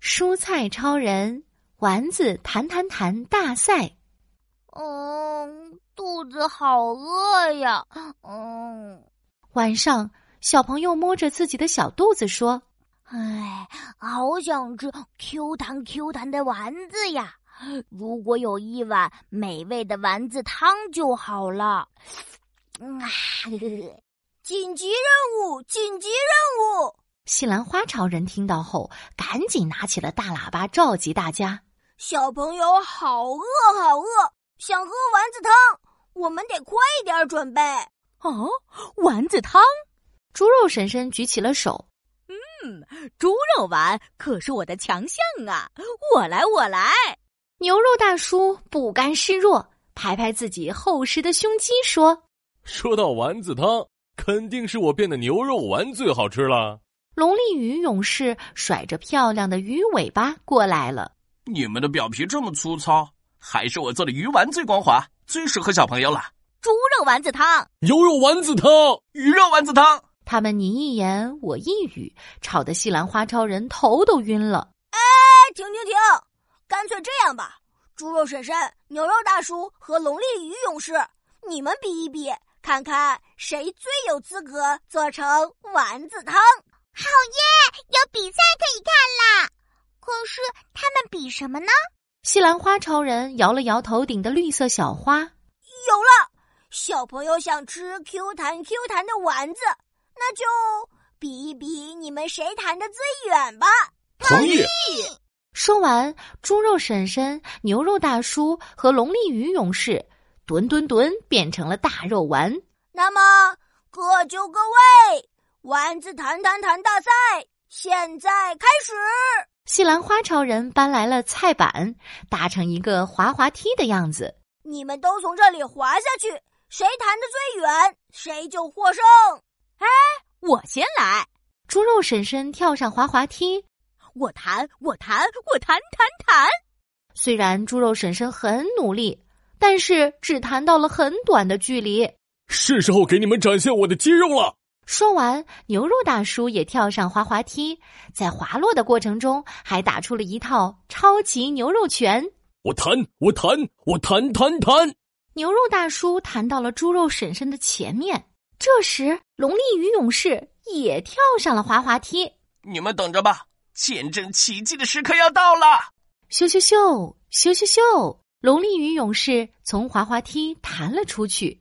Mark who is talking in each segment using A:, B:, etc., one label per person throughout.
A: 蔬菜超人丸子弹弹弹大赛。
B: 嗯，肚子好饿呀。嗯，
A: 晚上，小朋友摸着自己的小肚子说
B: 唉，好想吃 Q 弹 Q 弹的丸子呀！如果有一碗美味的丸子汤就好了。嗯 啊，紧急任务！紧急任务！：“
A: 西兰花超人听到后，赶紧拿起了大喇叭，召集大家。”
B: 小朋友好饿，好饿，想喝丸子汤，我们得快一点准备。
C: 哦，丸子汤，
A: 猪肉婶婶举起了手，
C: 猪肉丸可是我的强项啊！我来，我来。
A: 牛肉大叔不甘示弱，拍拍自己厚实的胸肌说
D: 说到丸子汤，肯定是我变的牛肉丸最好吃了。：“
A: 龙利鱼勇士甩着漂亮的鱼尾巴过来了。
E: 你们的表皮这么粗糙，还是我做的鱼丸最光滑，最适合小朋友了。
C: 猪肉丸子汤，
D: 牛肉丸子汤，
E: 鱼肉丸子汤，”
A: 他们你一言我一语，吵得西兰花超人头都晕了。
B: 哎，停停停！干脆这样吧，猪肉婶婶、牛肉大叔和龙利鱼勇士，你们比一比，看看谁最有资格做成丸子汤。好耶！有比赛可以看啦！可是他们比什么呢？
A: 西兰花超人摇了摇头顶的绿色小花，
B: 有了，小朋友想吃 Q 弹 Q 弹的丸子，那就比一比你们谁弹的最远吧。
D: 同意。
A: 说完，猪肉婶婶、牛肉大叔和龙利鱼勇士吨吨吨变成了大肉丸。
B: 那么各就各位，丸子弹弹弹大赛现在开始。
A: 西兰花超人搬来了菜板，搭成一个滑滑梯的样子。
B: 你们都从这里滑下去，谁弹得最远，谁就获胜。
C: 哎我先来。
A: 猪肉婶婶跳上滑滑梯，
C: 我弹，我弹，我弹弹弹。
A: 虽然猪肉婶婶很努力，但是只弹到了很短的距离。
D: 是时候给你们展现我的肌肉了。
A: 说完，牛肉大叔也跳上滑滑梯，在滑落的过程中还打出了一套超级牛肉拳。
D: 我弹，我弹，我弹弹弹。
A: 牛肉大叔弹到了猪肉婶婶的前面。这时，龙利鱼勇士也跳上了滑滑梯。
E: 你们等着吧，见证奇迹的时刻要到了。
A: 咻咻咻，咻咻咻！龙利鱼勇士从滑滑梯弹了出去。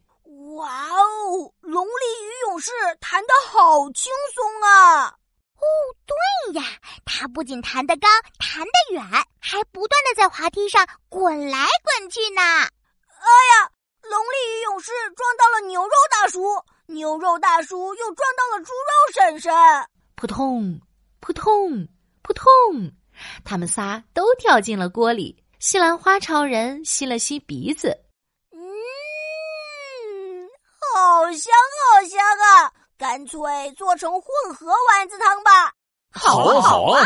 B: 哇哦，龙利鱼勇士弹得好轻松啊！哦，对呀，他不仅弹得高，弹得远，还不断的在滑梯上滚来滚去呢。哎呀，龙利鱼勇士撞到了牛肉大叔，牛肉大叔又撞到了猪肉婶婶。
A: 扑通，扑通，扑通，他们仨都跳进了锅里。西兰花超人吸了吸鼻子，
B: 嗯，好香好香啊！干脆做成混合丸子汤吧。
D: 好啊，好啊！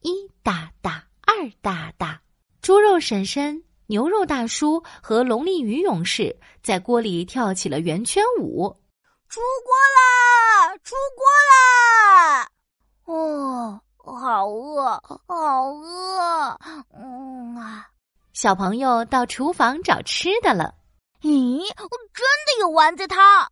A: 一哒哒，二哒哒。猪肉婶婶、牛肉大叔和龙利鱼勇士在锅里跳起了圆圈舞。
B: 出锅啦！出锅啦！哦，好饿，好饿，嗯啊！
A: 小朋友到厨房找吃的了。
B: 咦，真的有丸子汤啊！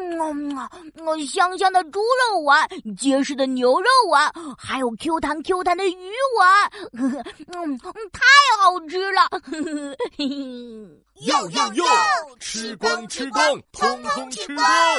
B: 嗯啊，嗯香香的猪肉丸，结实的牛肉丸，还有 Q 弹 Q 弹的鱼丸，呵呵嗯，太好吃了！呵呵嘿嘿
D: 哟哟哟吃光吃光通通吃光啊